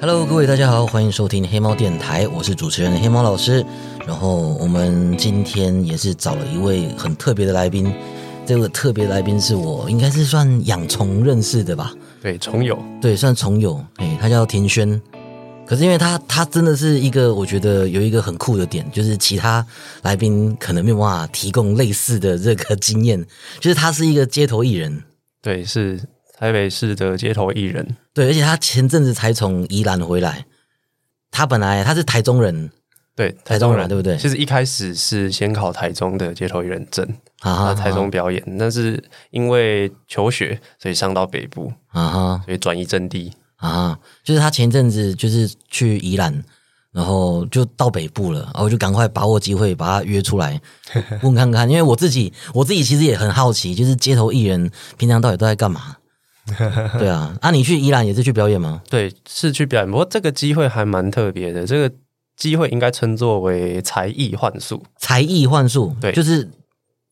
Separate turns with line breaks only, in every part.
Hello，各位大家好，欢迎收听黑猫电台，我是主持人黑猫老师。然后我们今天也是找了一位很特别的来宾，这个特别来宾是我应该是算养虫认识的吧？
对，重友，
对，算虫友，哎，他叫田轩。可是因为他他真的是一个，我觉得有一个很酷的点，就是其他来宾可能没有办法提供类似的这个经验，就是他是一个街头艺人。
对，是台北市的街头艺人，
对，而且他前阵子才从宜兰回来，他本来他是台中人，
对，
台中人对不对
其实一开始是先考台中的街头艺人证，
啊哈，
啊，台中表演，但是因为求学，所以上到北部，
啊哈
所以转移阵地。
啊哈，就是他前阵子就是去宜兰，然后就到北部了，然后我就赶快把握机会把他约出 来问看看，因为我自己我自己其实也很好奇，就是街头艺人平常到底都在干嘛？ 对啊，啊，你去宜兰也是去表演吗？
对，是去表演，不过这个机会还蛮特别的，这个机会应该称作为才艺幻术。
才艺幻术，
对
就是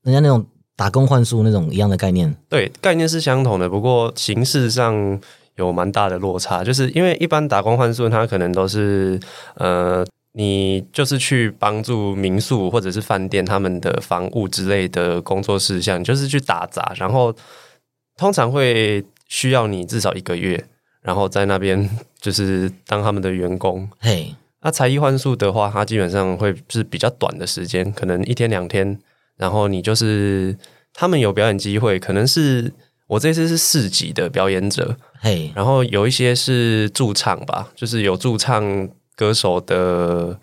人家那种打工幻术那种一样的概念。
对，概念是相同的，不过形式上有蛮大的落差，就是因为一般打工换宿，它可能都是呃，你就是去帮助民宿或者是饭店他们的房务之类的工作事项，就是去打杂，然后通常会需要你至少一个月，然后在那边就是当他们的员工。
嘿，
那才艺幻术的话，它基本上会是比较短的时间，可能一天两天。然后你就是他们有表演机会，可能是我这次是四级的表演者，
嘿，
然后有一些是驻唱吧，就是有驻唱歌手的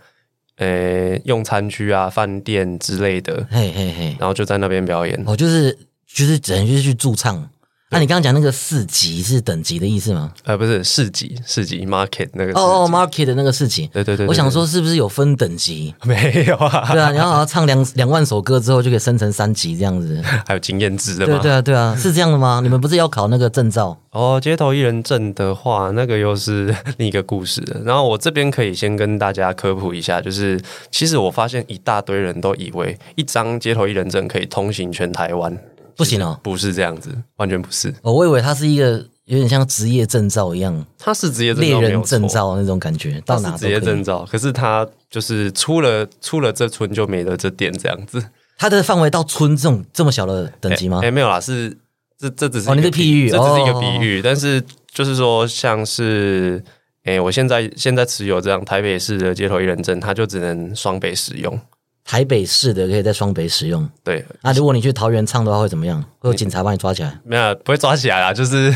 呃用餐区啊、饭店之类的，
嘿嘿嘿，
然后就在那边表演。
哦，就是就是等于就是去驻唱。那、你刚刚讲那个四级是等级的意思吗？
呃，不是市集，市集 market 那个市集
哦哦，market 的那个事情，
对对对对
我想说是不是有分等 级？
对没有啊，
对啊，然后好像唱两两万首歌之后就可以升成三级这样子。
还有经验值的嘛。
对对啊，对 啊，是这样的吗？你们不是要考那个证照？
哦，街头艺人证的话，那个又是 另一个故事了。然后我这边可以先跟大家科普一下，就是其实我发现一大堆人都以为一张街头艺人证可以通行全台湾，
不行哦，
不是这样子，完全不是。
哦我以为它是一个有点像职业证照一样，
他是职业证
猎
照，没有
人
错
证，照那种感觉，
他
到
是
哪都
职业
可
证
以。
照，可是他就是出了出了这村就没了这店这样子。
它的范围到村这种这么小的等级吗
哎、？没有啦，是这这只是
哦
一个
你是譬喻
这只是一个
哦
比喻，但是就是说像是。哎、我现在现在持有这样台北市的街头艺人证，它就只能双北使用。
台北市的可以在双北使用。
对，
那、如果你去桃园唱的话，会怎么样？会有警察把你抓起来，
没有不会抓起来啦，就是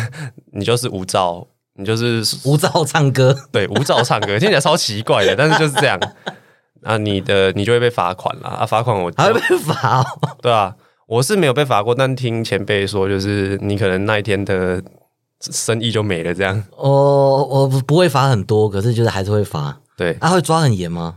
你就是无照，你就是
无照唱 歌？
对无照唱歌，听起来超奇怪的，但是就是这样。啊，你的你就会被罚款啦！啊，罚款我
还会被罚、哦？
对啊，我是没有被罚过，但听前辈说，就是你可能那一天的生意就没了这样。
我我不会罚很多，可是就是还是会罚。
对，
啊，会抓很严吗？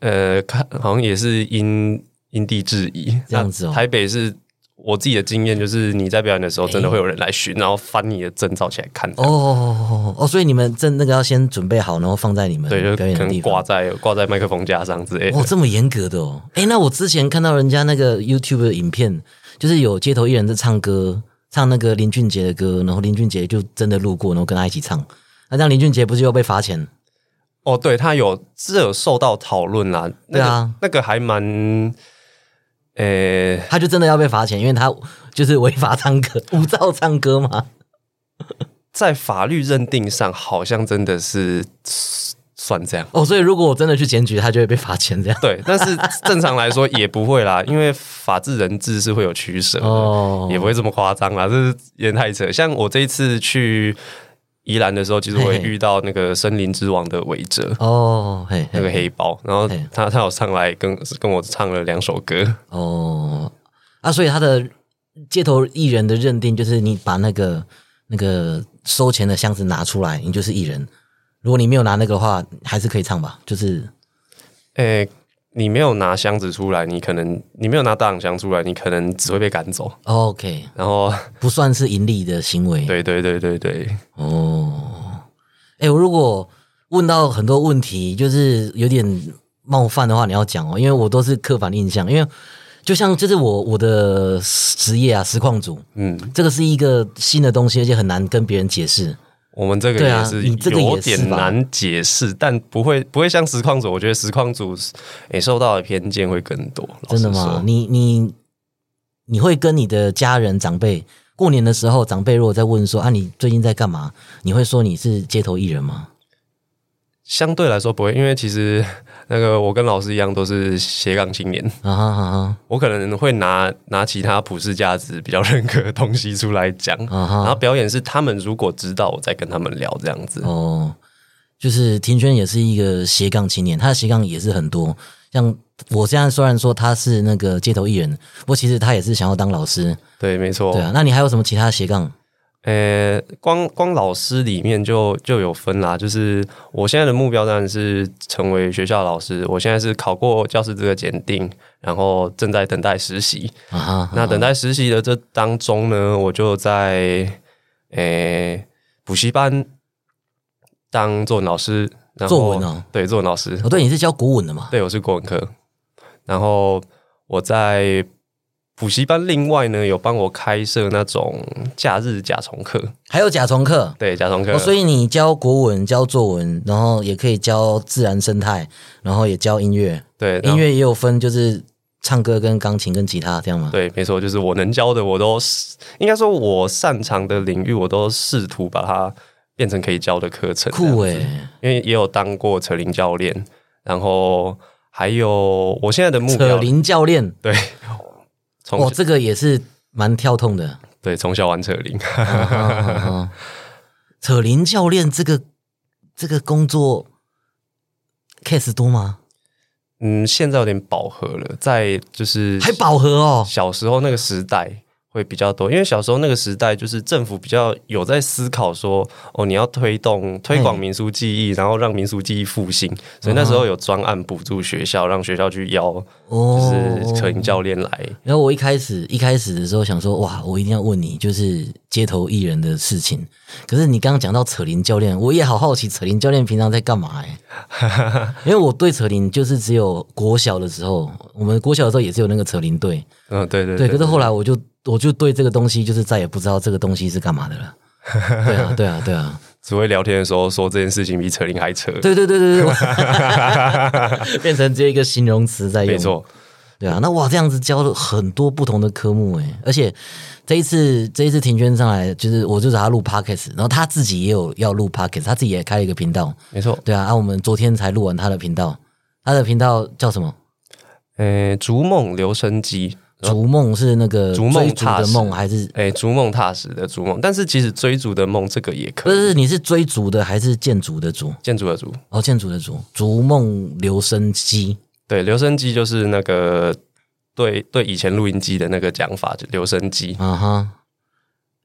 呃，看好像也是因因地制宜
这样子哦
那台北是我自己的经验，就是你在表演的时候，真的会有人来巡，然后翻你的证照起来看。
哦哦，哦所以你们正那个要先准备好，然后放在你们
对，就
表演
可
的地
能挂
方。
在挂在麦克风架上之类的。
哦，这么严格的哦。诶，那我之前看到人家那个 YouTube 的影片，就是有街头艺人在唱歌，唱那个林俊杰的歌，然后林俊杰就真的路过，然后跟他一起唱。那这样林俊杰不是又被罚钱？
哦，对，他有是有受到讨论啦。那
对
个、
啊，
那个还蛮，呃，
他就真的要被罚钱，因为他就是违法唱歌、 无照唱歌嘛。
在法律认定上，好像真的是算这样。
哦，所以如果我真的去检举，他就会被罚钱这样。
对，但是正常来说也不会啦，因为法治人治是会有取舍的。
哦，
也不会这么夸张啦，这是也太扯。像我这一次去宜兰的时候，其实我
嘿
也
嘿
遇到那个森林之王的韦哲，
哦，嘿，
那
嘿
个黑包，然后
嘿
他他有上来跟跟我唱了两首歌，
哦啊，所以他的街头艺人的认定就是你把那个那个收钱的箱子拿出来，你就是艺人。如果你没有拿那个的话，还是可以唱吧。就是
诶、你没有拿箱子出来，你可能你没有拿大朗箱出来，你可能只会被赶走。
哦 OK，
然后，
不算是盈利的行为。
对对对对对，
哦，哎、我如果问到很多问题，就是有点冒犯的话，你要讲哦，因为我都是刻板印象，因为就像就是我我的职业啊，实况组，
嗯，
这个是一个新的东西，而且很难跟别人解释。
我们这个
对啊
也是
你这个也
有
是
点
吧
难解释，但不会不会像实况组，我觉得实况组诶、受到的偏见会更多。老
真
实
的吗
说？
你你你会跟你的家人长辈过年的时候，长辈如果在问说啊，你最近在干嘛？你会说你是街头艺人吗？
相对来说不会，因为其实 那个我跟老师一样都是斜杠青年，
啊哈哈哈
我可能会拿拿其他普世价值比较认可的东西出来讲，
啊
然后
哈！
表演是他们如果知道我在跟他们聊这样子，
哦，就是庭轩也是一个斜杠青年，他的斜杠也是很多。像我现在虽然说他是那个街头艺人，不过其实他也是想要当老师。
对，没错，
对啊，那你还有什么其他的斜杠？
呃，光光老师里面就就有分啦，就是我现在的目标当然是成为学校老师，我现在是考过教师资格检定，然后正在等待实习。
啊哈啊哈，
那等待实习的这当中呢，我就在诶补习班当作文老师，然后
作文哦
对，作文老师，
哦，对，你是教古文的嘛？
对，我是国文科。然后我在补习班另外呢，有帮我开设那种假日甲虫课，
还有甲虫课。
对，啊甲虫课。
哦，所以你教国文、教作文，然后也可以教自然生态，然后也教音乐。
对啊然
音
后
乐也有分，就是唱歌、跟钢琴、跟吉他这样吗？
对，没错，就是我能教的，我都试应该说我擅长的领域，我都试图把它变成可以教的课程。
酷欸
这
诶、
样子因为也有当过扯铃教练，然后还有我现在的目
扯
标，
铃教练，
对，从、
哦，这个也是蛮跳痛 的。
对从小玩扯铃，
啊哈啊哈扯铃教练这个这个工作 case 多吗？
嗯，现在有点饱和了，在就是
还饱和哦。
小时候那个时代会比较多，因为小时候那个时代就是政府比较有在思考说，哦，你要推动推广
嗯
民俗技艺，然后让民俗技艺复兴，所以那时候有专案补助学校，让学校去邀就是
哦，
摄影教练来。
然后我一开始一开始的时候想说，哇，我一定要问你，就是街头艺人的事情。可是你刚刚讲到扯铃教练，我也好好奇扯铃教练平常在干嘛哎、 因为我对扯铃就是只有国小的时候，我们国小的时候也是有那个扯铃队，
嗯，对对
对。可是后来我就我就对这个东西就是再也不知道这个东西是干嘛的了。对啊，对啊，对啊，
只会聊天的时候说这件事情比扯铃还扯，
对对对对对 我，变成只有一个形容词在用。
没错，
对啊，那哇，这样子教了很多不同的科目诶，而且这一次这一次庭轩上来，就是我就找他录 podcast，然后他自己也有要录 podcast，他自己也开了一个频道，
没错。
对啊，啊，我们昨天才录完他的频道，他的频道叫什么？
诶，逐梦留声机，
逐梦是那个
呃逐梦
追逐
踏
的
实
梦还是？
诶，逐梦踏实的逐梦，但是其实追逐的梦这个也
不
可以，
是，你是追逐的还是建筑的筑？
建筑的筑，
哦，建筑的筑，逐梦留声机。
对，留声机就是那个对对以前录音机的那个讲法，就留声机。
啊哈，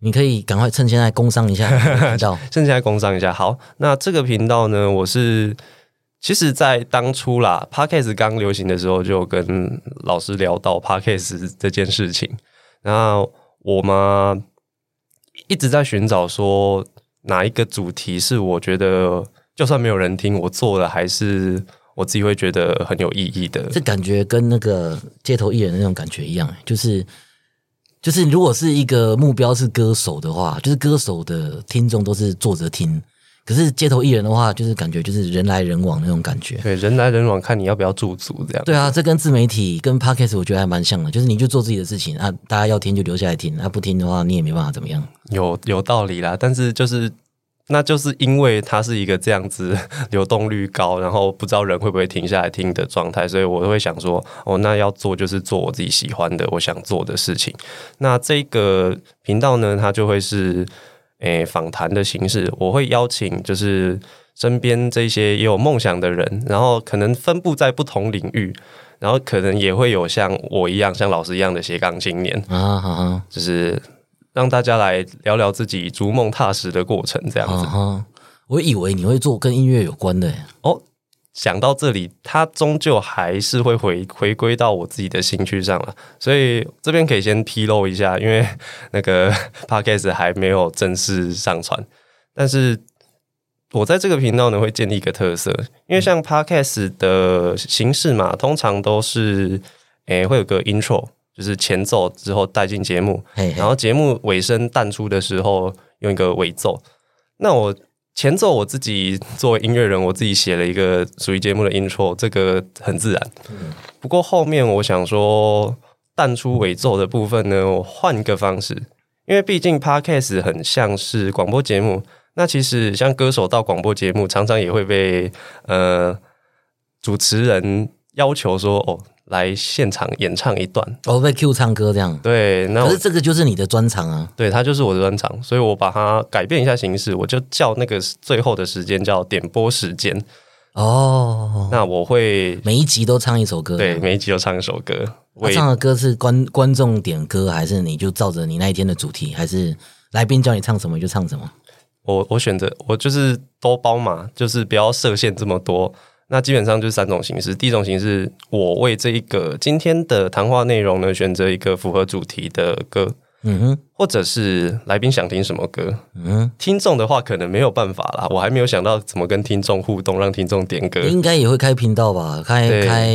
你可以赶快趁现在工商一下频 道。
趁现在工商一下，好，那这个频道呢，我是其实，在当初啦 p a d k a s 刚流行的时候，就有跟老师聊到 p a d k a s 这件事情。那我嘛一直在寻找说哪一个主题是我觉得就算没有人听，我做了还是我自己会觉得很有意义的。
这感觉跟那个街头艺人的那种感觉一样，就是就是，如果是一个目标是歌手的话，就是歌手的听众都是坐着听；可是街头艺人的话，就是感觉就是人来人往那种感觉。
对，人来人往，看你要不要驻足这样。
对啊，这跟自媒体跟 podcast 我觉得还蛮像的，就是你就做自己的事情啊，大家要听就留下来听，啊不听的话你也没办法怎么样。
有有道理啦，但是就是那就是因为它是一个这样子 流动率高，然后不知道人会不会停下来听的状态，所以我会想说，哦，那要做就是做我自己喜欢的，我想做的事情。那这个频道呢，它就会是诶访谈的形式，我会邀请就是身边这些也有梦想的人，然后可能分布在不同领域。然后可能也会有像我一样，像老师一样的斜杠青年，
啊哈哈
就是让大家来聊聊自己逐梦踏实的过程，这样
啊
子。
哈！我以为你会做跟音乐有关的耶，
哦，想到这里，它终究还是会回回归到我自己的兴趣上了。所以这边可以先披露一下，因为那个 podcast 还没有正式上传，但是。我在这个频道呢，会建立一个特色，因为像 podcast 的形式嘛，通常都是，诶、会有个 intro，就是前奏之后带进节目，
嘿嘿
然后节目尾声淡出的时候用一个尾奏。那我前奏我自己作为音乐人，我自己写了一个属于节目的 intro，这个很自然。不过后面我想说，淡出尾奏的部分呢，我换个方式，因为毕竟 podcast 很像是广播节目。那其实像歌手到广播节目，常常也会被呃主持人要求说，哦，来现场演唱一段。
我哦被 Q 唱歌这样。
对，那
可
我
是这个就是你的专长啊，
对，它就是我的专场，所以我把它改变一下形式，我就叫那个最后的时间叫点播时间。
哦，
那我会
每一集都唱一首歌。
对每一集都唱一首歌，
他
为
啊唱的歌是观观众点歌，还是你就照着你那一天的主题，还是来宾叫你唱什么就唱什么？
我我选择我就是都包嘛，就是不要设限这么多。那基本上就是三种形式，第一种形式，我为这一个今天的谈话内容呢，选择一个符合主题的歌，
嗯哼，
或者是来宾想听什么歌。
嗯
听众的话可能没有办法啦，我还没有想到怎么跟听众互动，让听众点歌
哼，。应该也会开频道吧，开
对
开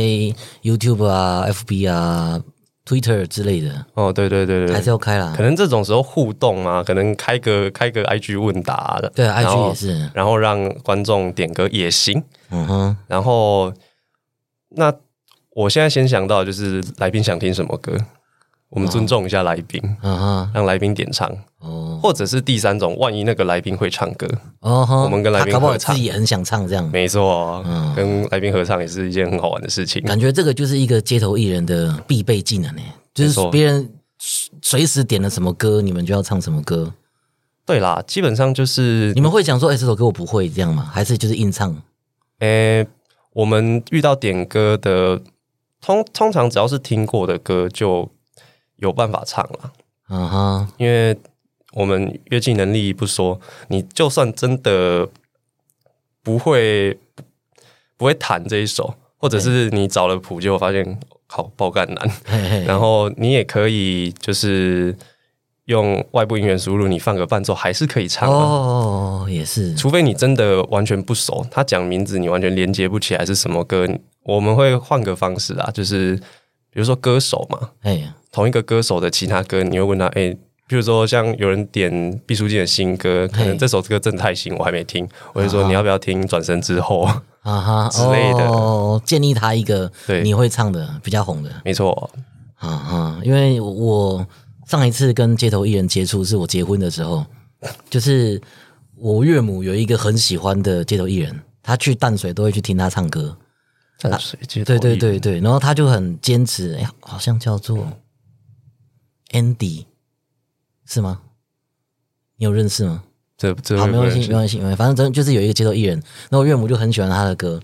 YouTube 啊、FB 啊、Twitter 之类的，
哦，对对对对，
还是要开啦
可。能这种时候互动啊，可能开个开个 IG 问答的，
对
然
，IG
后
也是，
然后让观众点歌也行。
嗯哼，
然后，那我现在先想到的就是来宾想听什么歌，我
哦
们尊重一下来宾，
嗯哼，
让来宾点唱，
哦，
或者是第三种，万一那个来宾会唱歌，
哦哈，
我们跟来宾
他搞不好
合
自
唱
己也很想唱这样，
没错哦
嗯，
跟来宾合唱也是一件很好玩的事情。
感觉这个就是一个街头艺人的必备技能呢，就
没
是
错
别人随随时点了什么歌，你们就要唱什么歌。
对啦，基本上就是
你们会讲说，哎、这首歌我不会这样吗？还是就是硬唱？
诶，我们遇到点歌的，通通常只要是听过的歌就有办法唱了，
嗯哼，
因为我们乐器能力不说，你就算真的不会不会弹这一首，或者是你找了谱，结果发现靠爆干难，
嘿嘿，
然后你也可以就是用外部音源输入，你放个伴奏还是可以唱、啊。
哦，也是，
除非你真的完全不熟，他讲名字你完全连接不起来是什么歌，我们会换个方式啊，就是比如说歌手嘛，
哎，
同一个歌手的其他歌，你会问他，哎、比如说像有人点毕书尽的新歌，可能这首歌正太新，我还没听，我就说你要不要听《转身之后》
啊哈
之类的
哦，建立他一个
对
你会唱的比较红的，
没错，
啊哈，因为我上一次跟街头艺人接触是我结婚的时候，就是我岳母有一个很喜欢的街头艺人，她去淡水都会去听他唱歌，
淡水街头
啊对
艺
对对对，然后他就很坚持，哎、好像叫做 Andy 是吗？你有认识吗？
这这
好，
会
没
不
关
认
系，没
识
关系，没关系，反正真的就是有一个街头艺人，然后岳母就很喜欢他的歌，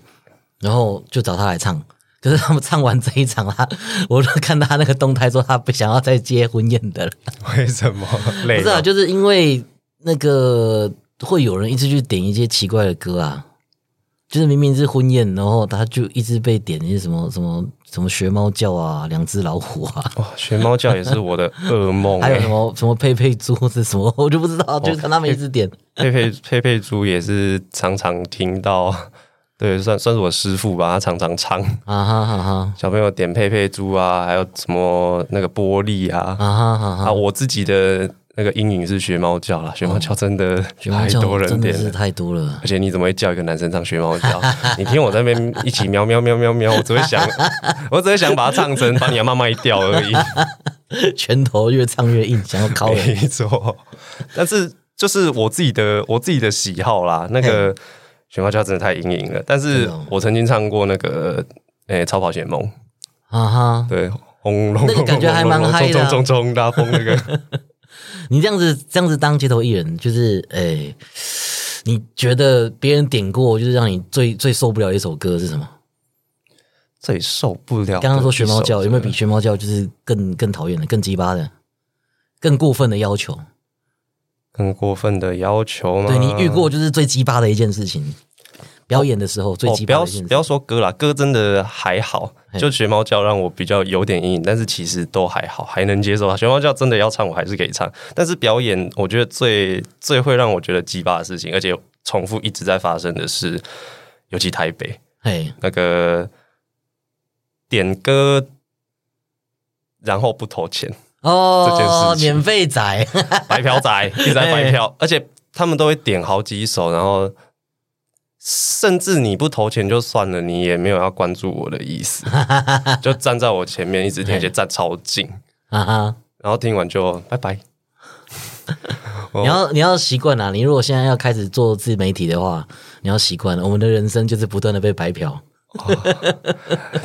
然后就找他来唱。可是他们唱完这一场，他我就看他那个动态说他不想要再接婚宴的了，
为什么累
不
了？
是啊，就是因为那个会有人一直去点一些奇怪的歌啊，就是明明是婚宴，然后他就一直被点一些什么什么什么学猫叫啊，两只老虎啊，
哇，学猫叫也是我的噩 梦、
还有什
欸。
么什么佩佩猪是什么，我 就不知道，
哦
就是看他们一直 点。
佩佩佩佩猪也是常常听到， 对，算算是我师傅吧，他常常唱。
啊哈哈哈
小朋友点佩佩猪啊，还有什么那个玻璃啊
啊哈哈哈
啊！！我自己的那个阴影是学猫叫啦，学猫叫真的
哦学猫
太
叫
多人
真的
点
是
了。
太多了。
而且你怎么会叫一个男生唱学 猫叫？你听我在那边一起喵喵喵喵喵，我只会想，我只会想把它唱成把你的妈卖掉而已。
拳头越唱越硬，想要敲 人。
没错，但是就是我自己的我自己的喜好啦。那个雪花椒真的太阴影了，但
真
是
的哦
我曾经唱过那个诶、超跑血梦，
啊哈！
对，轰隆隆
那个
隆
感觉还
隆
蛮
隆
嗨
隆，
的啊
冲冲冲拉风那 个，
你这样子这样子当街头艺人，就是诶、你觉得别人点过，就是让你最最受不了的一首歌是什么？
最受不了的一首。
刚刚说学猫叫，有没有比
哦对？
学猫叫就是更更讨厌的、更鸡巴的、更过分的要求？
更过分的要求吗？
对你遇过就是最鸡巴的一件事情，表演的时候最
哦，
鸡
不
巴
要
的一件
不
事。
要说歌啦，歌真的还好，
嘿
就学猫叫让我比较有点阴影，但是其实都还好，还能接受。学猫叫真的要唱，我还是可以唱，但是表演我觉得最最会让我觉得鸡巴的事情，而且重复一直在发生的是，尤其台北
嘿，
那个点歌。然后不投钱，
哦，
这件事情
免费仔，
哎白嫖仔一直在白嫖，而且他们都会点好几首，然后甚至你不投钱就算了，你也没有要关注我的 意思，就站在我前面一直听，而且站超近，
啊哈。
然后听完就拜拜。哦
你要你要习惯啊！你如果现在要开始做自媒体的话，你要习惯。我们的人生就是不断的被白嫖。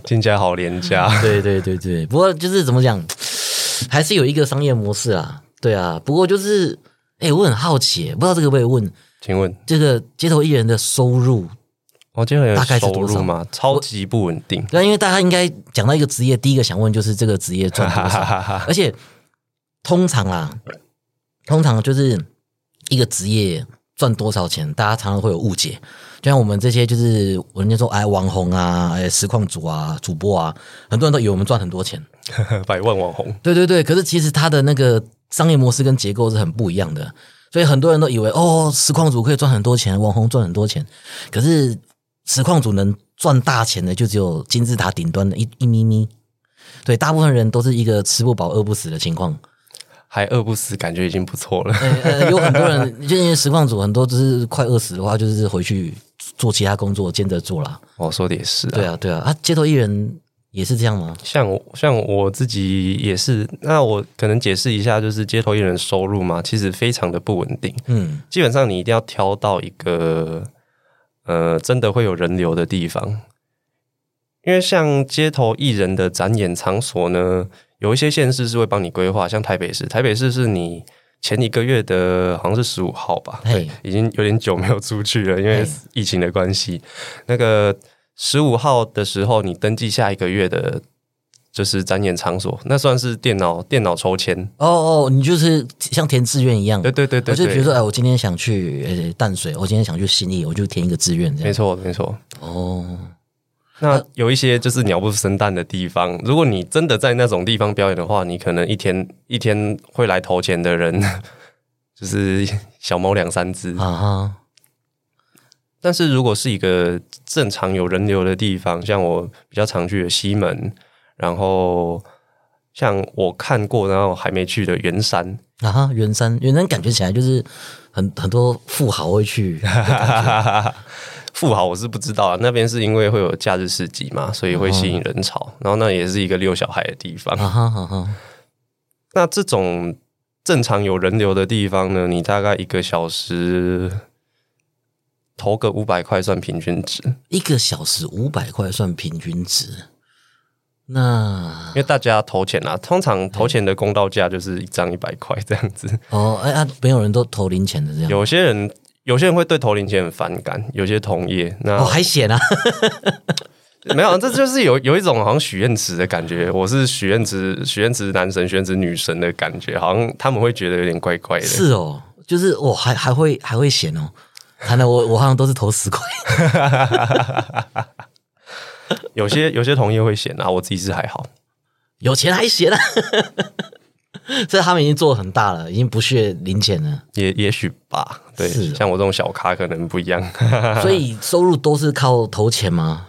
听起来好廉价，
对对对对，不过就是怎么讲，还是有一个商业模式啊。对啊，不过就是，哎、我很好奇耶，不知道这个被问，
请问
这个街头艺人的收入，
我今天有
大概是
收
多少
入吗？超级不稳定，
对啊，因为大家应该讲到一个职业，第一个想问就是这个职业赚
哈
多
哈
少，
哈哈。
而且通常啊，通常就是一个职业赚多少钱，大家常常会有误解。就像我们这些就是人家说哎网红啊，哎实况主啊、主播啊，很多人都以为我们赚很多钱，
百万网红，
对对对，可是其实它的那个商业模式跟结构是很不一样的，所以很多人都以为哦，实况组可以赚很多钱，网红赚很多钱，可是实况组能赚大钱的就只有金字塔顶端的一一咪咪。对，大部分人都是一个吃不饱饿不死的情况。
还饿不死，感觉已经不错 了。
呃呃，有很多人，就因为实况组很多就是快饿死的话，就是回去做其他工作兼着做啦。
我说的也是、啊，
对啊，对啊，啊，街头艺人也是这样吗？
像我像我自己也是，那我可能解释一下，就是街头艺人收入嘛，其实非常的不稳定。
嗯，
基本上你一定要挑到一个呃真的会有人流的地方，因为像街头艺人的展演场所呢，有一些县市是会帮你规划，像台北市，台北市是你前一个月的好像是十五号吧，
嘿
对，已经有点久没有出去了，因为
嘿
疫情的关系，那个十五号的时候你登记下一个月的。就是展演场所，那算是电脑电脑抽签，
哦哦，你就是像填志愿一样，
对对对对
我就
对，
比如说，哎，我今天想去呃淡水，我今天想去新义，我就填一个志愿这
没
样。
错没错，
哦，
那有一些就是鸟不生蛋的地方，如果你真的在那种地方表演的话，你可能一天一天会来投钱的人， 就是小猫两三只。
啊哈，
但是如果是一个正常有人流的地方，像我比较常去的西门，然后像我看过然后还没去的圆山，
啊哈，圆山，圆山感觉起来就是很很多富豪会去啊
富豪我是不知道啊，那边是因为会有假日市集嘛，所以会吸引人潮，然后那也是一个遛小孩的地方。
啊哈啊哈，
那这种正常有人流的地方呢，你大概一个小时投个五百块算平均值，因
一个小时五百块算平均值，那
为大家投钱啊，通常投钱的公道价就是一张一百块这样子。
哦哎啊，没有人都投零钱的这样，
有些人有些人会对投零钱很反感，有些同业那、
哦还险啊，
没有，啊这就是有有一种好像许愿池的感觉。我是许愿池许愿池男神、许愿池女神的感觉，好像他们会觉得有点怪怪的。
是哦，就是我、还还会还会险哦，看来我我好像都是投十块，
有些有些同业会嫌啊，我自己是还好。
有钱还闲啊！ 这他们已经做得很大了，已经不屑零钱了，
也也许吧，对，
是哦
像我这种小咖可能不一样。
所以收入都是靠投钱吗？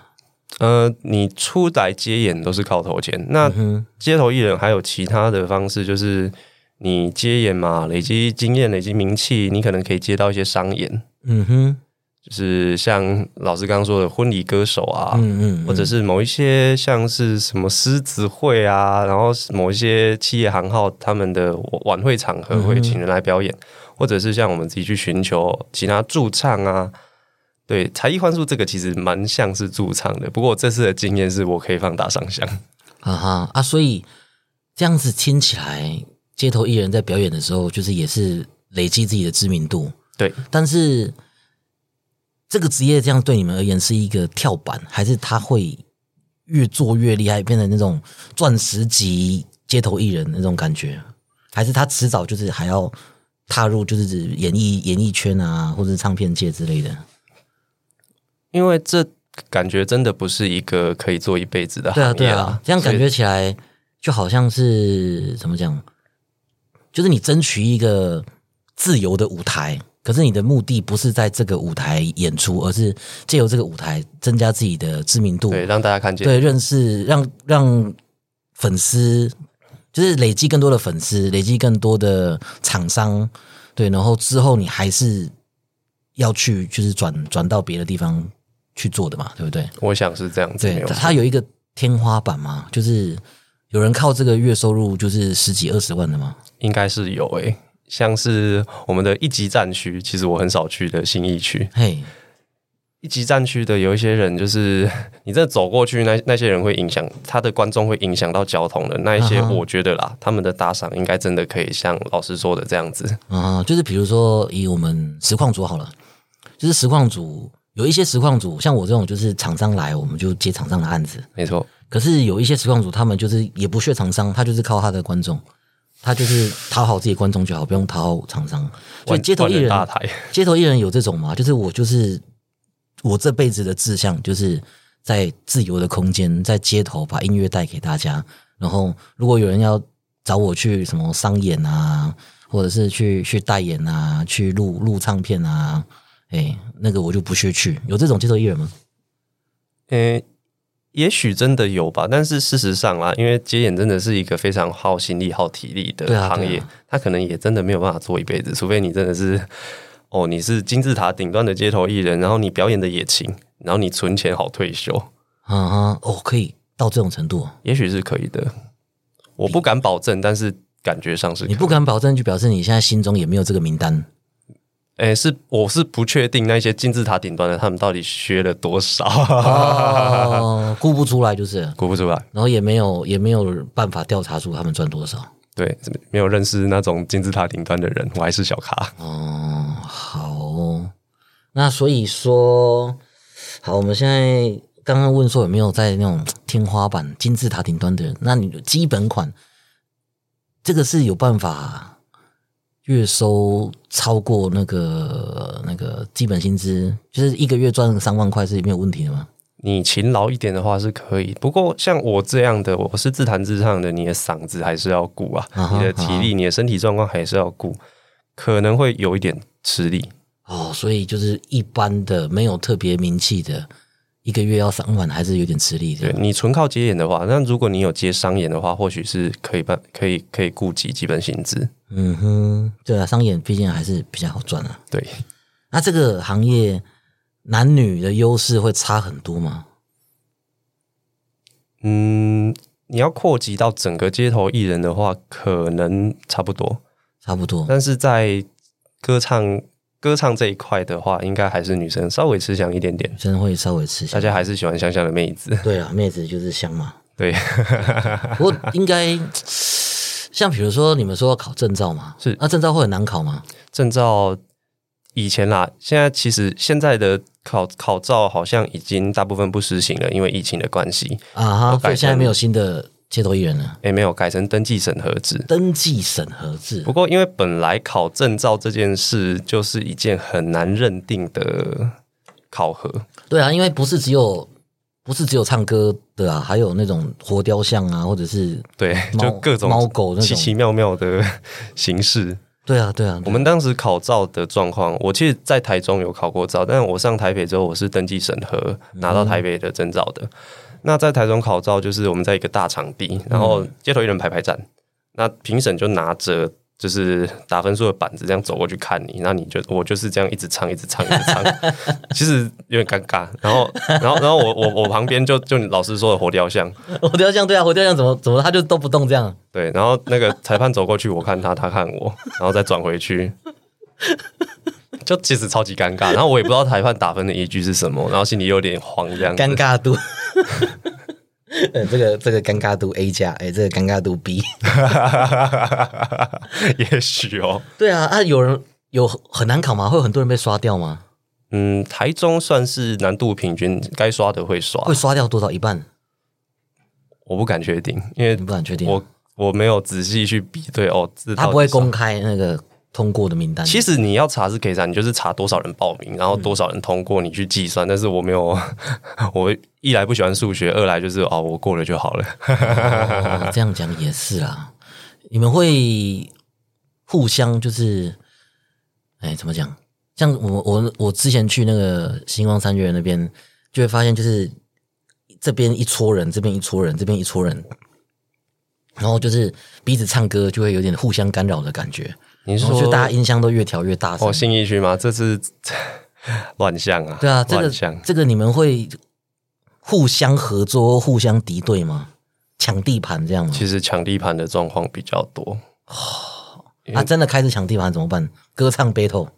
呃，你出来接演都是靠投钱，
嗯
那街头艺人还有其他的方式，就是你接演嘛，累积经验、累积名气，你可能可以接到一些商演，
嗯哼，
就是像老师刚刚说的婚礼歌手啊，
嗯嗯，
或者是某一些像是什么狮子会啊，然后某一些企业行号他们的晚会场合
嗯
会请人来表演，或者是像我们自己去寻求其他驻唱啊。对，才艺幻术这个其实蛮像是驻唱的，不过我这次的经验是我可以放大上香。
啊哈啊，所以这样子听起来，街头艺人在表演的时候，就是也是累积自己的知名度，
对，
但是这个职业这样对你们而言是一个跳板，还是他会越做越厉害，变成那种钻石级街头艺人那种感觉？还是他迟早就是还要踏入就是演艺演艺圈啊，或者是唱片界之类的？
因为这感觉真的不是一个可以做一辈子的
对啊，
行
对
业
啊，这样感觉起来就好像是怎么讲？就是你争取一个自由的舞台，可是你的目的不是在这个舞台演出，而是借由这个舞台增加自己的知名度，
对，让大家看见。
对，认识让让粉丝，就是累积更多的粉丝，累积更多的厂商，对，然后之后你还是要去就是转转到别的地方去做的嘛，对不对？
我想是这样子，没
对，
有
它它有一个天花板嘛，就是有人靠这个月收入就是十几二十万的嘛。
应该是有诶、像是我们的一级战区，其实我很少去的新义区，
嘿，
一级战区的有一些人，就是 你真的走过去，那那些人会影响他的观众，会影响到交通的那一些。
啊哈
我觉得啦，他们的打赏应该真的可以像老师说的这样子，
啊、就是比如说以我们实况组好了，就是实况组有一些实况组，像我这种就是厂商来，我们就接厂商的案子。
没错。
可是有一些实况组，他们就是也不屑厂商，他就是靠他的观众，他就是讨好自己观众就好，不用讨好厂商。所以
万
街头艺
万
人，
大台，
街头艺人有这种吗？就是我就是我这辈子的志向，就是在自由的空间，在街头把音乐带给大家。然后如果有人要找我去什么商演啊，或者是去去代言啊，去录录唱片啊，哎，那个我就不屑去。有这种街头艺人吗？
嗯、也许真的有吧，但是事实上啦，因为接演真的是一个非常耗心力、耗体力的
对啊
行
对啊
业，他可能也真的没有办法做一辈子，除非你真的是哦，你是金字塔顶端的街头艺人，然后你表演的也行，然后你存钱好退休。
啊哈，哦，可以到这种程度哦、
也许是可以的，我不敢保证，但是感觉上是可以
你不，敢保证，就表示你现在心中也没有这个名单。
哎、是我是不确定那些金字塔顶端的他们到底削了多少，啊
哦，估不出来就是了，
估不出来。
然后也没有也没有办法调查出他们赚多少。
对，没有认识那种金字塔顶端的人，我还是小咖。
哦，好哦，那所以说，好，我们现在刚刚问说有没有在那种天花板、金字塔顶端的人？那你的基本款这个是有办法月收超过那个呃那个基本薪资，就是一个月赚三万块是没有问题的吗？
你勤劳一点的话是可以，不过像我这样的，我是自弹自唱的，你的嗓子还是要顾啊，
啊哈
你的体力、你的身体状况还是要顾，可能会有一点吃力。
哦，所以就是一般的没有特别名气的，一个月要三万还是有点吃力的。
对你纯靠接演的话，那如果你有接商演的话，或许是可以办，可以可以顾及基本薪资。
嗯哼，对啊，商演毕竟还是比较好赚啊。
对，
那这个行业男女的优势会差很多吗？
嗯，你要扩及到整个街头艺人的话，可能差不多，
差不多
但是在歌唱歌唱这一块的话，应该还是女生稍微吃香一点点，
真的会稍微吃
大
香。
家还是喜欢香香的妹子。
对啊，妹子就是香嘛。
对，
不过应该像比如说你们说要考证照嘛，
是
那证照会很难考吗？
证照以前啦，现在其实现在的考考照好像已经大部分不实行了，因为疫情的关系，
啊哈，
都改
所以现在
成
没有新的街头艺人了，
也没有改成登记审核制。
登记审核制
不。过，因为本来考证照这件事就是一件很难认定的考核，
对啊，因为不是只有不是只有唱歌的啊，还有那种活雕像啊，或者是
对，
猫
就各种
猫狗那种
奇奇妙妙的 形式。
对啊对啊，
我们当时考照的状况，我其实在台中有考过照，但我上台北之后，我是登记审核拿到台北的证照的。那在台中考照，就是我们在一个大场地，然后街头艺人排排站，那评审就拿着。就是打分数的板子，这样走过去看你，那你就我就是这样一直唱，一直唱，一直唱，其实有点尴尬。然后，然后，然后我我我旁边就就老师说的活雕像，
活雕像对啊，活雕像怎么怎么他就都不动这样，
对，然后那个裁判走过去，我看他，他看我，然后再转回去，就其实超级尴尬。然后我也不知道裁判打分的依据是什么，然后心里有点慌，这样子
尴尬度。 呃，这个这个尴尬度 A 加，哎、这个尴尬度 B。
也许哦，
对啊，啊，有人有很难考吗？会有很多人被刷掉吗？
嗯，台中算是难度平均，该刷的会刷，
会刷掉多少一半？
我不敢确定，因为
你不敢确定。
我我没有仔细去比对哦，这
他
到底
不会
是
公开那个通过的名单。
其实你要查是可以查，你就是查多少人报名，然后
嗯
多少人通过，你去计算。但是我没有， 我一来不喜欢数学，二来就是哦，我过了就好了。啊
哦这样讲也是啦。你们会互相就是，哎，怎么讲？像我我我之前去那个星光三月那边，就会发现就是这边一撮人，这边一撮人，这边一撮人，然后就是彼此唱歌就会有点互相干扰的感觉，
你是
然后
说哦
就大家音箱都越调越大声
哦，。信义区吗？这次 乱象啊，
对啊，这
乱
个
象。
这个你们会互相合作、互相敌对吗？抢地盘这样吗？
其实抢地盘的状况比较多，
啊，真的开始抢地盘怎么办？歌唱 battle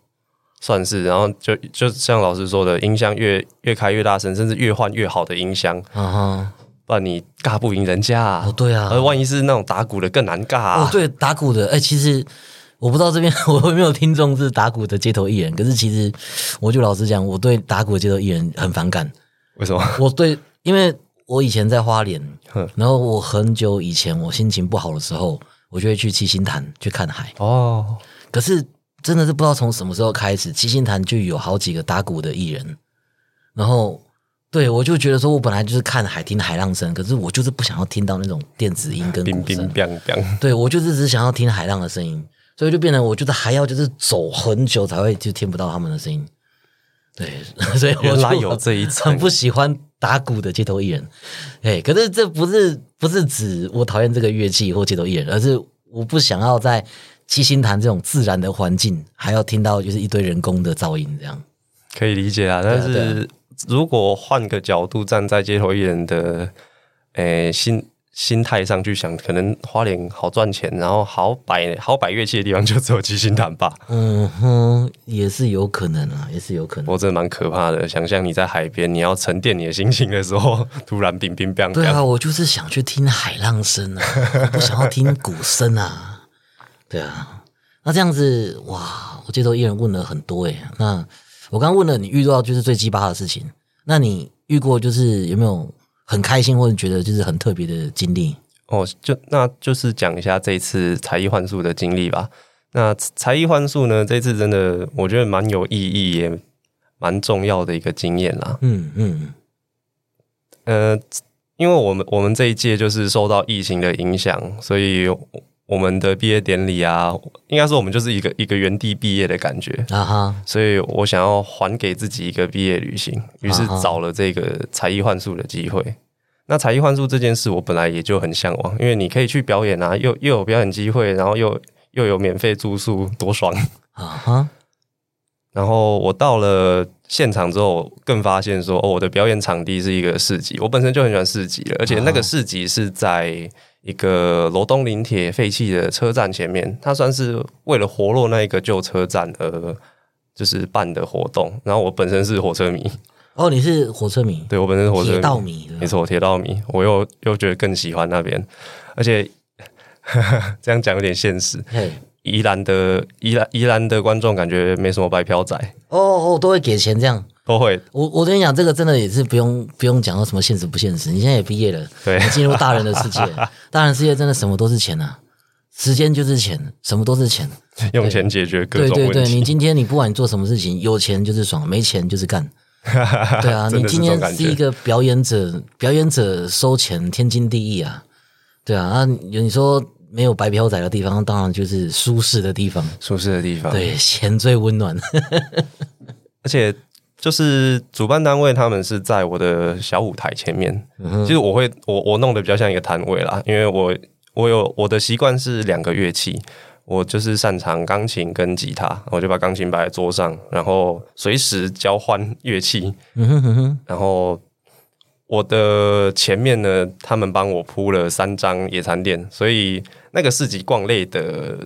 算是。然后就就像老师说的，音箱越越开越大声，甚至越换越好的音箱，
啊
不然你尬不赢人家、
哈，哦
啊。
对啊，
而万一是那种打鼓的更难尬、啊
哦对，打鼓的，哎、其实我不知道这边 我有没有听众是打鼓的街头艺人，可是其实我就老实讲，我对打鼓的街头艺人很反感。
为什么？
我对，因为我以前在花莲
哼，
然后我很久以前我心情不好的时候，我就会去七星潭去看海。
哦，
可是真的是不知道从什么时候开始，七星潭就有好几个打鼓的艺人，然后对我就觉得说，我本来就是看海听海浪声，可是我就是不想要听到那种电子音跟
冰
鼓
冰
声，
冰冰，
对我就是只想要听海浪的声音，所以就变成我就是还要就是走很久才会就听不到他们的声音。对， 所以我
原来
就
有这一层
很不喜欢打鼓的街头艺人。哎，可是这不是不是指我讨厌这个乐器或街头艺人，而是我不想要在七星潭这种自然的环境，还要听到就是一堆人工的噪音这样。
可以理解啊。但
对啊
是如果换个角度，站在街头艺人的诶、心心态上去想，可能花莲好赚钱，然后好摆好摆乐器的地方就只有七星潭吧。
嗯哼，也是有可能啊，也是有可能。
我真的蛮可怕的，想象你在海边，你要沉淀你的心情的时候，突然冰冰冰
对啊，
冰，
我就是想去听海浪声 啊，我不想要听鼓声啊。对啊，那这样子哇，我街头艺人问了很多诶、那我刚刚问了你遇到就是最鸡巴的事情，那你遇过就是有没有很开心或者觉得就是很特别的经历？
哦，就那就是讲一下这次才艺幻术的经历吧。那才艺幻术呢，这次真的我觉得蛮有意义，也蛮重要的一个经验啦。
嗯嗯
呃，因为我们我们这一届就是受到疫情的影响，所以我们的毕业典礼啊，应该说我们就是一个一个原地毕业的感觉。
啊哈，
所以我想要还给自己一个毕业旅行，于是
啊哈
找了这个才艺幻术的机会。那才艺幻术这件事，我本来也就很向往，因为你可以去表演啊，又又有表演机会，然后又又有免费住宿，多爽！
啊哈，
然后我到了现场之后，更发现说，哦，我的表演场地是一个市集，我本身就很喜欢市集了，而且
啊
那个市集是在一个罗东林铁废弃的车站前面，它算是为了活络那一个旧车站而就是办的活动。然后我本身是火车迷，
哦，你是火车迷，
对我本身是火车
铁
迷，
道迷，啊对吧
没错，铁道迷，我又又觉得更喜欢那边，而且 这样讲有点现实。
嘿，
宜兰的宜兰宜兰的观众感觉没什么白嫖仔，
哦哦，都会给钱这样。
都会
我我跟你讲，这个真的也是不用不用讲到什么现实不现实。你现在也毕业了，
对
你进入大人的世 界，大人世界真的什么都是钱啊，时间就是钱，什么都是钱。
用钱解决各
对
种
对
问
对，
题。
你今天你不管你做什么事情，有钱就是爽，没钱就是 干。对啊，
真
你
的是
今
这种
天
感
是一
觉。
个表演者，表演者收钱天经地义啊。对啊，啊，你说没有白嫖仔的地方，当然就是舒适的地方。
舒适的地方，，
对，钱最温暖。
而且就是主办单位他们是在我的小舞台前面，
嗯
其实我会我我弄得比较像一个摊位啦，因为我我有我的习惯是两个乐器，我就是擅长钢琴跟吉他，我就把钢琴摆在桌上，然后随时交换乐器，
嗯哼哼哼，
然后我的前面呢，他们帮我铺了三张野餐垫，所以那个市集逛累的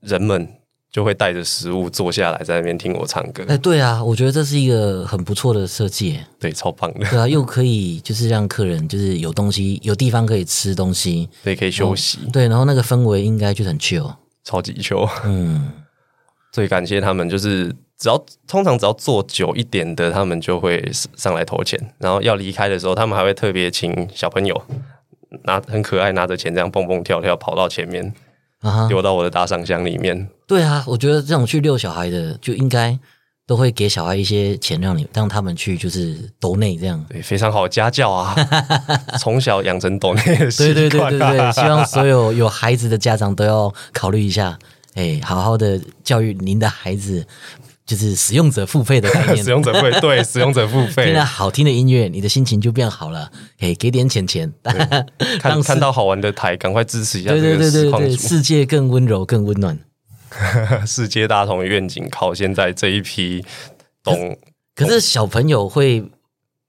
人们就会带着食物坐下来，在那边听我唱歌，
哎，对啊，我觉得这是一个很不错的设计耶。
对，超棒的，
对啊，又可以就是让客人就是有东西，有地方可以吃东西，
所以可以休息，
对，然后那个氛围应该就很 chill。
超级球。
嗯，
最感谢他们，就是只要通常只要做久一点的，他们就会上来投钱，然后要离开的时候，他们还会特别请小朋友。拿很可爱，拿着钱这样蹦蹦跳跳跑到前面，
啊哈，
丢到我的打赏箱里面，
对啊，我觉得这种去遛小孩的就应该都会给小孩一些钱，让你让他们去就是抖内这样。
对，非常好的家 教啊，从小养成懂那个习
对
惯。啊
对对对 对，希望所有有孩子的家长都要考虑一下，哎，好好的教育您的孩子，就是使用者付费的概念
使。用者付费，对使用者付
听
费，
了好听的音乐，你的心情就变好了。哎，给点钱钱，
看
让
看到好玩的台，赶快支持一下这
对
个
对
实
对对
况
对，
组。哦
世界更温柔、更温暖。
世界大同的愿景靠现在这一批懂
可是小朋友会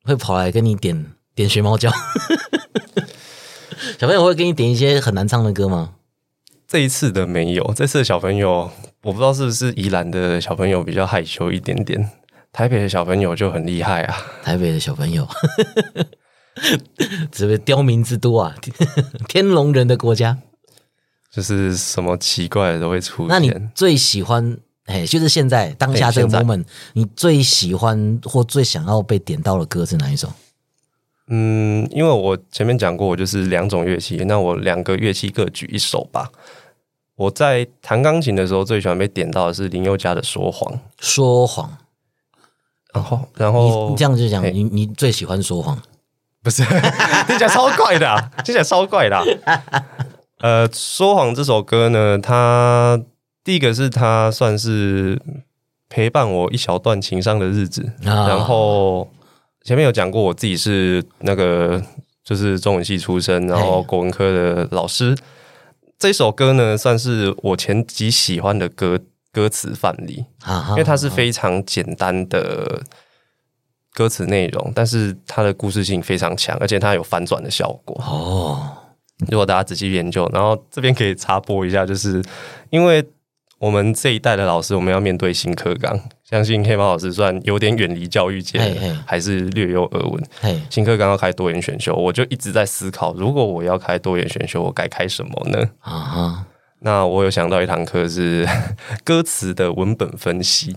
会跑来跟你点点学猫叫， 小朋友会给你点一些很难唱的歌吗？
这一次的没有，这次的小朋友，我不知道是不是宜兰的小朋友比较害羞一点点，台北的小朋友就很厉害啊。
台北的小朋友， 这个刁民之都啊， 天龙人的国家。
就是什么奇怪的都会出
那你
现。
最喜欢，哎，就是现在当下这个
哎现在
moment，你最喜欢或最想要被点到的歌是哪一首？
嗯，因为我前面讲过，我就是两种乐器，那我两个乐器各举一首吧。我在弹钢琴的时候，最喜欢被点到的是林宥嘉的《说谎》，
说谎，
然后，然
你
后
你这样就讲，
哎
你你最喜欢说谎，
不是听起来超怪的、啊，听起来超怪的啊、呃，《说谎》这首歌呢，它第一个是它算是陪伴我一小段情伤的日子，
啊
然后前面有讲过，我自己是那个就是中文系出身，然后国文科的老师。这首歌呢，算是我前几喜欢的歌歌词范例，
啊哈
因为它是非常简单的歌词内容，但是它的故事性非常强，而且它有反转的效果。
哦，
嗯如果大家仔细研究，然后这边可以插播一下，就是因为我们这一代的老师，我们要面对新课纲，相信黑猫老师虽然有点远离教育界
嘿嘿，
还是略有耳闻。
嘿，
新课纲要开多元选修，我就一直在思考，如果我要开多元选修，我该开什么呢？
啊哈，
那我有想到一堂课是 歌词的文本分析，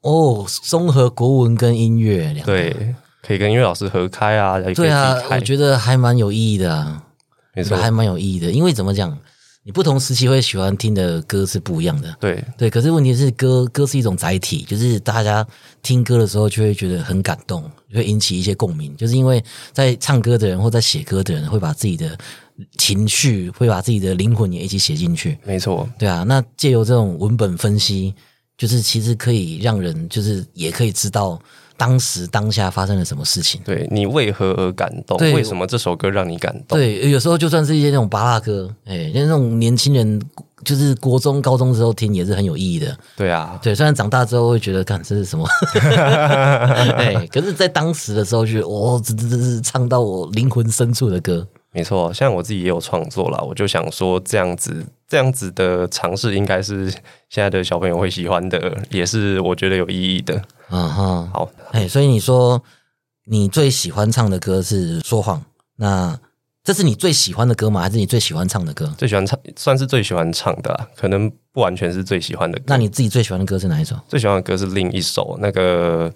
哦，综合国文跟音乐两个，
对，可以跟音乐老师合开啊，也可以自
对
己
啊，
开
我觉得还蛮有意义的啊，
没错，
还蛮有意义的，因为怎么讲，你不同时期会喜欢听的歌是不一样的。
对，
对，可是问题是歌歌是一种载体，就是大家听歌的时候就会觉得很感动，就会引起一些共鸣，就是因为在唱歌的人或在写歌的人会把自己的情绪，会把自己的灵魂也一起写进去。
没错，
对啊，那借由这种文本分析，就是其实可以让人就是也可以知道当时当下发生了什么事情。
对你为何而感动？
对
为什么这首歌让你感动？
对，有时候就算是一些那种巴拉歌，哎，那种年轻人就是国中、高中之后听也是很有意义的。
对啊，
对，虽然长大之后会觉得，看这是什么， 哎，可是，在当时的时候就觉得，哦，这这这是唱到我灵魂深处的歌，
没错，像我自己也有创作啦，我就想说这样子这样子的尝试，应该是现在的小朋友会喜欢的，也是我觉得有意义的。
啊哈，
好，
哎，所以你说你最喜欢唱的歌是《说谎》，那这是你最喜欢的歌吗？还是你最喜欢唱的歌？
最喜欢唱，算是最喜欢唱的啦，可能不完全是最喜欢的歌。
那你自己最喜欢的歌是哪一首？
最喜欢的歌是另一首，那个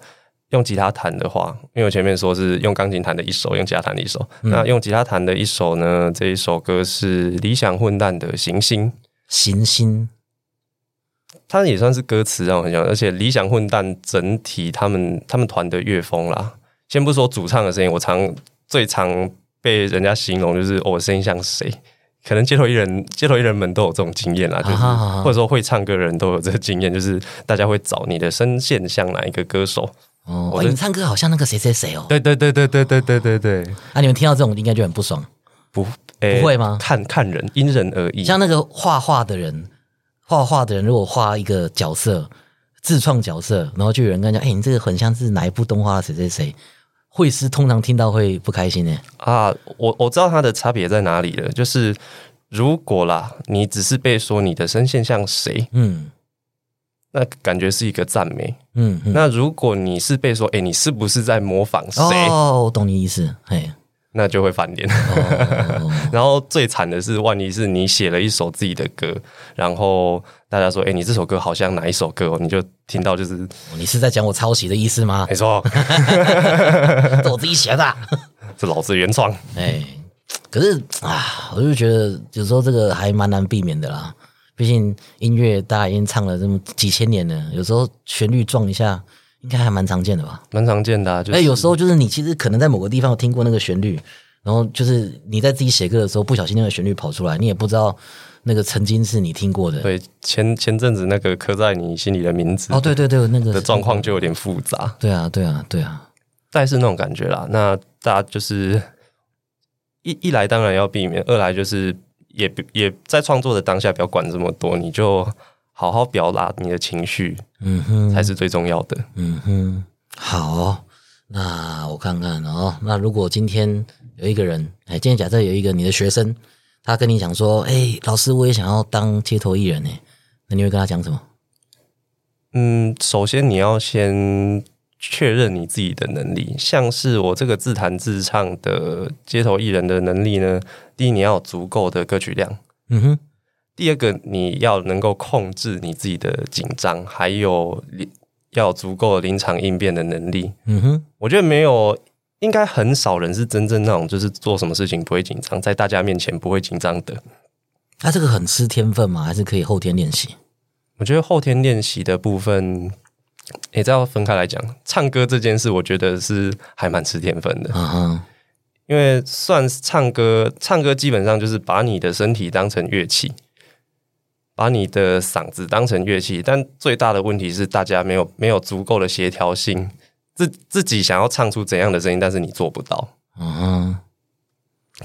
用吉他弹的话，因为我前面说是用钢琴弹的一首，用吉他弹的一首。
嗯
那用吉他弹的一首呢，这一首歌是理想混蛋的《行星》。
行星
它也算是歌词让我很喜欢，而且理想混蛋整体他们他们团的乐风啦，先不说主唱的声音，我常最常被人家形容就是、哦、我声音像谁，可能街头艺人街头艺人们都有这种经验啦，就是、
啊哈啊哈
或者说会唱歌的人都有这个经验，就是大家会找你的声线像哪一个歌手，
哦，
我
哎
的
你唱歌好像那个谁谁谁哦，
对对对对对对对对对，
啊，你们听到这种应该就很不爽。
不、诶
不会吗
看看人，因人而异，
像那个画画的人，画画的人如果画一个角色，自创角色，然后就有人跟他讲：“哎、你这个很像是哪一部动画的谁谁谁。”会师通常听到会不开心呢、
啊，我我知道它的差别在哪里了，就是如果啦，你只是被说你的声线像谁，
嗯
那感觉是一个赞美。
嗯嗯。
那如果你是被说，哎、你是不是在模仿谁？
哦，我懂你意思。嘿，
那就会翻脸。
哦，
然后最惨的是，万一是你写了一首自己的歌，然后大家说，哎、你这首歌好像哪一首歌哦？你就听到就是
哦你是在讲我抄袭的意思吗？
没错，
这我自己写的啊。
这老子原创。
哎，可是啊，我就觉得有时候这个还蛮难避免的啦。毕竟音乐大家已经唱了这么几千年了，有时候旋律撞一下，应该还蛮常见的吧。
蛮常见的、啊，就
哎、
是
有时候就是你其实可能在某个地方有听过那个旋律，然后就是你在自己写歌的时候，不小心那个旋律跑出来，你也不知道那个曾经是你听过的。
对前前阵子那个刻在你心里的名字
哦，对对对，那个
的状况就有点复杂，
对啊，对啊，对啊，
但是那种感觉啦。那大家就是一一来当然要避免，二来就是也不也在创作的当下不要管这么多，你就好好表达你的情绪
嗯哼，
才是最重要的。
嗯哼，好哦，那我看看哦。那如果今天有一个人，哎，今天假设有一个你的学生，他跟你讲说，哎，老师，我也想要当街头艺人哎，那你会跟他讲什么？
嗯，首先你要先确认你自己的能力，像是我这个自弹自唱的街头艺人的能力呢，第一你要有足够的歌曲量，
嗯哼，
第二个你要能够控制你自己的紧张，还有临要有足够的临场应变的能力。
嗯哼，
我觉得没有，应该很少人是真正那种就是做什么事情不会紧张，在大家面前不会紧张的。
那、啊这个很吃天分吗？还是可以后天练习？
我觉得后天练习的部分，也再要分开来讲。唱歌这件事，我觉得是还蛮吃天分的，
嗯哼，
因为算是唱歌，唱歌基本上就是把你的身体当成乐器，把你的嗓子当成乐器。但最大的问题是，大家没有没有足够的协调性，自自己想要唱出怎样的声音，但是你做不到。
嗯哼，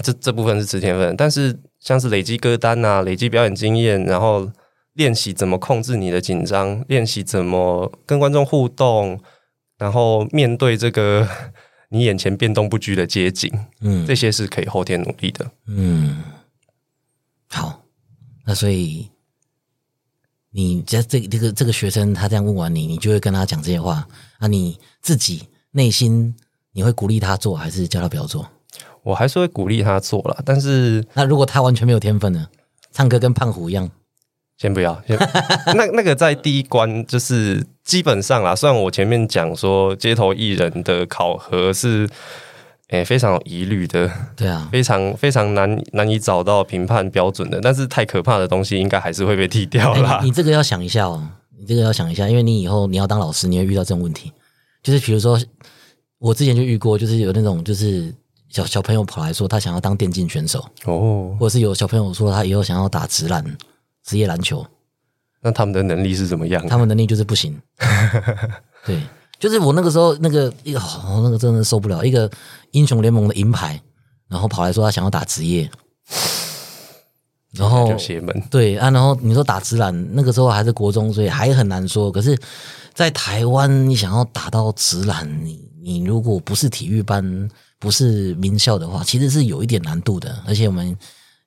这这部分是吃天分，但是像是累积歌单啊，累积表演经验，然后练习怎么控制你的紧张，练习怎么跟观众互动，然后面对这个 你眼前变动不居的街景，
嗯
这些是可以后天努力的。
嗯，好，那所以你这这这个这个学生他这样问完你，你就会跟他讲这些话啊？你自己内心你会鼓励他做，还是叫他不要做？
我还是会鼓励他做啦，但是
那如果他完全没有天分呢？唱歌跟胖虎一样，
先不要， 先那那个在第一关就是基本上啦。虽然我前面讲说街头艺人的考核是诶、非常有疑虑的，
对啊，
非常非常难难以找到评判标准的，但是太可怕的东西应该还是会被剃掉
哎
啦
你。你这个要想一下哦，你这个要想一下，因为你以后你要当老师，你会遇到这种问题，就是比如说，我之前就遇过，就是有那种就是小小朋友跑来说他想要当电竞选手，
哦，
或者是有小朋友说他以后想要打职篮、职业篮球，
那他们的能力是怎么样？
他们能力就是不行。对，就是我那个时候那个一个、哦，那个真的受不了，一个英雄联盟的银牌，然后跑来说他想要打职业，然后
就邪门。
对啊，然后你说打直篮，那个时候还是国中，所以还很难说。可是，在台湾，你想要打到直篮，你你如果不是体育班，不是名校的话，其实是有一点难度的。而且我们，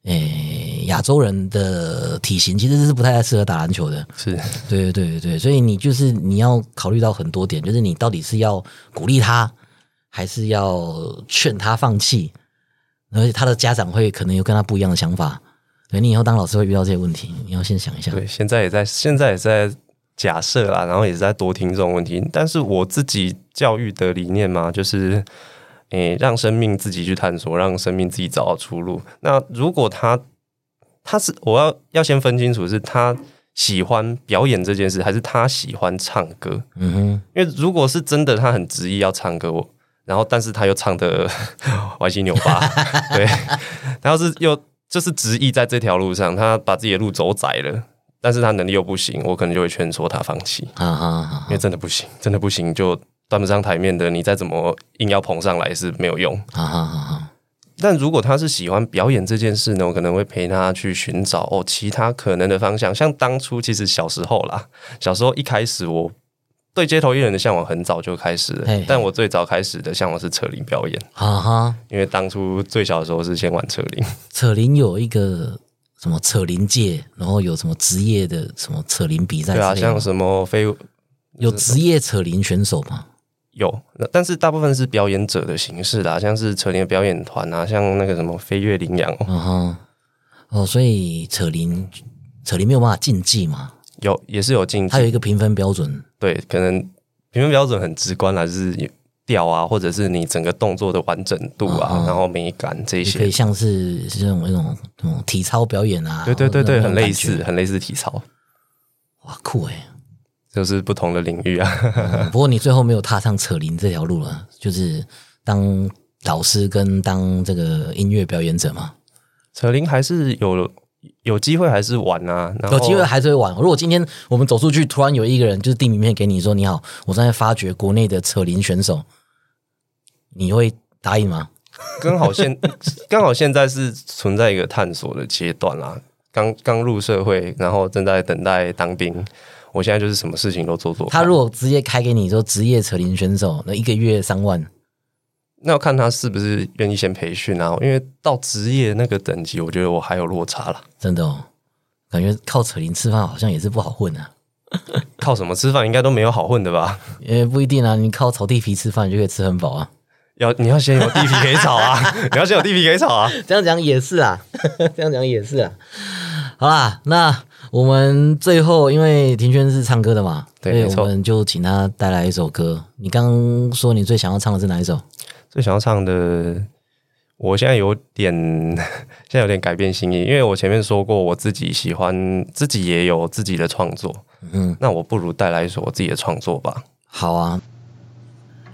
诶、亚洲人的体型其实是不太适合打篮球的。
是，
对对对对，所以你就是你要考虑到很多点，就是你到底是要鼓励他，还是要劝他放弃？而且他的家长会可能有跟他不一样的想法，对你以后当老师会遇到这些问题，你要先想一下。
对，现在也在，现在也在假设啦，然后也是在多听这种问题。但是我自己教育的理念嘛，就是，诶、让生命自己去探索，让生命自己找到出路。那如果他，他是我要要先分清楚，是他喜欢表演这件事，还是他喜欢唱歌？
嗯哼，
因为如果是真的，他很执意要唱歌，我然后但是他又唱的 歪七扭八，对，然后是又就是执意在这条路上，他把自己的路走窄了，但是他能力又不行，我可能就会劝说他放弃，
好好好
因为真的不行，真的不行就端不上台面的，你再怎么硬要捧上来是没有用。
好好好好，
但如果他是喜欢表演这件事呢，我可能会陪他去寻找哦其他可能的方向。像当初其实小时候啦，小时候一开始我对街头艺人的向往很早就开始
嘿嘿
了，但我最早开始的向往是扯铃表演，
好好，
因为当初最小的时候是先玩扯铃，
扯铃有一个什么扯铃界，然后有什么职业的什么扯铃比赛
对啊，
之类的
像
吗，
什么飞
有职业扯铃选手吗？
有，那但是大部分是表演者的形式啦，像是扯铃的表演团啊，像那个什么飞跃羚羊哦，
嗯哼，哦，所以扯铃扯铃没有办法竞技嘛，
有也是有竞技
它有一个评分标准。
对，可能评分标准很直观啦，就是调啊，或者是你整个动作的完整度啊，然后美感这
嗯也可以
些。
像是这种那种那种体操表演啊，
对对对对，
那种
很类似，
感觉。
很类似体操，
哇，酷哎、
就是不同的领域啊。
嗯不过你最后没有踏上扯铃这条路了，就是当老师跟当这个音乐表演者嘛，
扯铃还是有有机会还是玩啊，然后
有机会还是会玩。如果今天我们走出去，突然有一个人就是递名片给你说：“你好，我正在发掘国内的扯铃选手。”你会答应吗？
刚好现刚好现在是存在一个探索的阶段啦，刚刚入社会，然后正在等待当兵。我现在就是什么事情都做做看。
他如果直接开给你说职业扯铃选手，那一个月三万，
那要看他是不是愿意先培训啊，因为到职业那个等级，我觉得我还有落差了。
真的哦，感觉靠扯铃吃饭好像也是不好混啊。
靠什么吃饭？应该都没有好混的吧？
也不一定啊，你靠炒地皮吃饭就可以吃很饱啊。
要你要先有地皮可以炒啊， 你要先有地皮可以炒啊。
这样讲也是啊， 这样讲也是啊。好啦，那我们最后因为庭轩是唱歌的嘛，
对
所以
没错
我们就请他带来一首歌。你刚刚说你最想要唱的是哪一首？
最想要唱的，我现在有点， 现在有点改变心意，因为我前面说过，我自己喜欢，自己也有自己的创作，
嗯
嗯，那我不如带来一首我自己的创作吧。
好啊，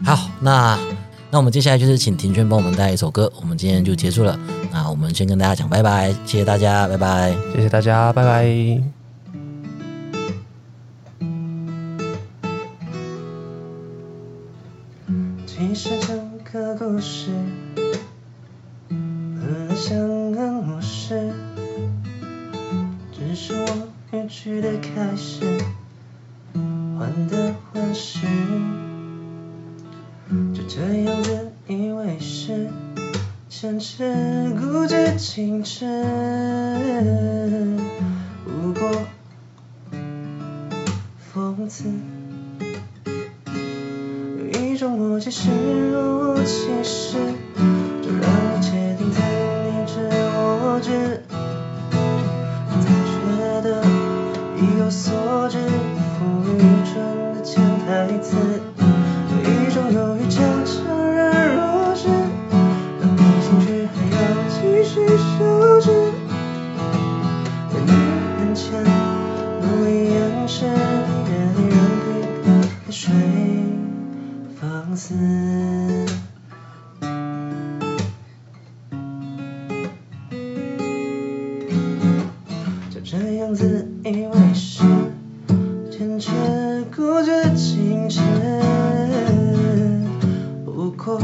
好，那那我们接下来就是请庭轩帮我们带来一首歌，我们今天就结束了。那我们先跟大家讲拜拜，谢谢大家，拜拜。
谢谢大家，拜拜。
其实整个故事本来像个模式，只是我欲去的开始患得患失，就这样自以为是，坚持固执停止，不过讽刺。有一种默契是若无其事，就让一切停在你知我知，才觉得意有所指，浮于蠢的潜台词。有一种犹豫，常常然若失，让你心绪还要继续收拾，在你面前努力掩饰，别让你泪水。放肆。就这样自以为是，坚持固执矜持，不过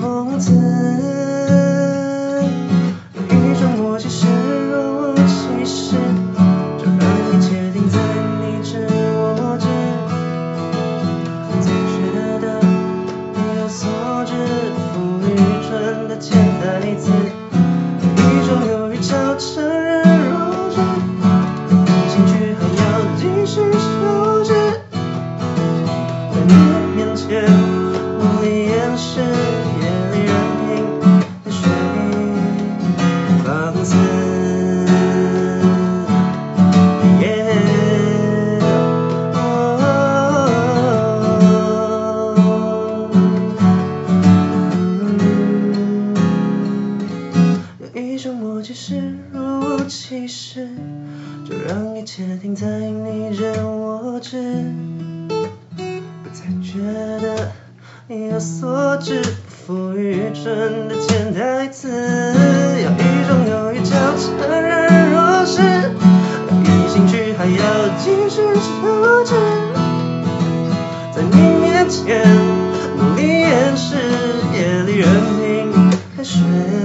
讽刺。有一种默契是若无其事，就让一切停在你知我知。才觉得意呃有所指，浮于蠢的潜台词，一种犹豫叫承认弱智，情绪还要继续收拾，在你面前无力掩饰，夜里任凭泪水放肆。Yeah. 有一种默契是若无其事，就让一切停在你知我知，不再觉得意有所指，浮于蠢的潜台词。有一种犹豫叫承认弱势，有一兴趣还要继续收持，在你面前努力掩饰，夜里任凭汗水。